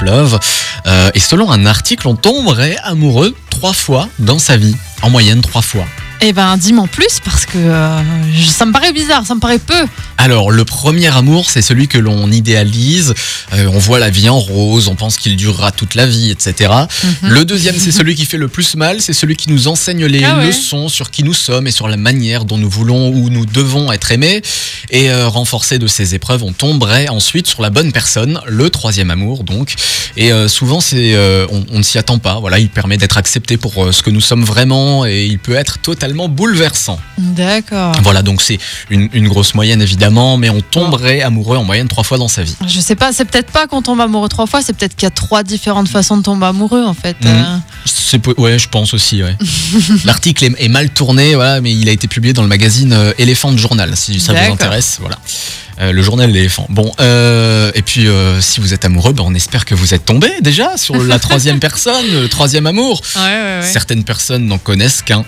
pleuve. Euh, et selon un article, on tomberait amoureux trois fois dans sa vie. En moyenne, trois fois. Eh ben, dis-moi en plus, parce que euh, je- ça me paraît bizarre, ça me paraît peu. Alors, le premier amour, c'est celui que l'on idéalise. Euh, on voit la vie en rose, on pense qu'il durera toute la vie, etc. Mhm. Le deuxième, c'est celui qui fait le plus mal, c'est celui qui nous enseigne les Ah ouais. leçons sur qui nous sommes et sur la manière dont nous voulons ou nous devons être aimés. Et euh, renforcé de ces épreuves, on tomberait ensuite sur la bonne personne, le troisième amour donc. Et euh, souvent, c'est euh, on, on ne s'y attend pas. Voilà, il permet d'être accepté pour euh, ce que nous sommes vraiment et il peut être totalement bouleversant. D'accord. Voilà, donc c'est une, une grosse moyenne évidemment, mais Ah. on tomberait amoureux en moyenne trois fois dans sa vie. Je sais pas, c'est peut-être pas qu'on tombe amoureux trois fois, c'est peut-être qu'il y a trois différentes façons de tomber amoureux en fait. hein. Mhm. C'est po- ouais, je pense aussi. Ouais. L'article est, est mal tourné, voilà, mais il a été publié dans le magazine euh, Elephant Journal, si ça vous D'accord. intéresse. Voilà. Euh, le journal l'éléphant. Bon, euh, et puis euh, si vous êtes amoureux, ben, on espère que vous êtes tombé déjà sur la troisième personne, le troisième amour. Ouais, ouais, Certaines personnes n'en connaissent qu'un,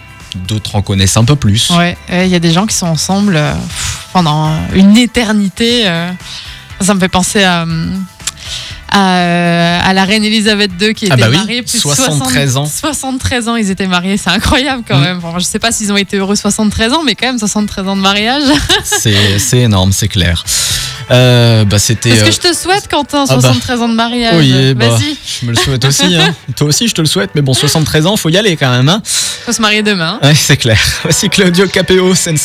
d'autres en connaissent un peu plus. Ouais, il y a des gens qui sont ensemble euh, pff, pendant euh, une éternité. euh. ça me fait penser à, euh, à, euh, à la reine Elisabeth II qui était Ah bah oui, mariée plus de 73 ans. 73 ans, ils étaient mariés, c'est incroyable quand Mm. même. Bon, je sais pas s'ils ont été heureux 73 ans, mais quand même 73 ans de mariage. C'est c'est énorme, c'est clair. Euh, bah, c'était. Est-ce euh, que je te souhaite, Quentin, bah. 73 ans de mariage Oui, bah. Vas-y, Je me le souhaite aussi. hein. Toi aussi, je te le souhaite. Mais bon, 73 ans, faut y aller quand même. Hein faut se marier demain. ouais, c'est clair. Voici Claudio Capéo, Sensei.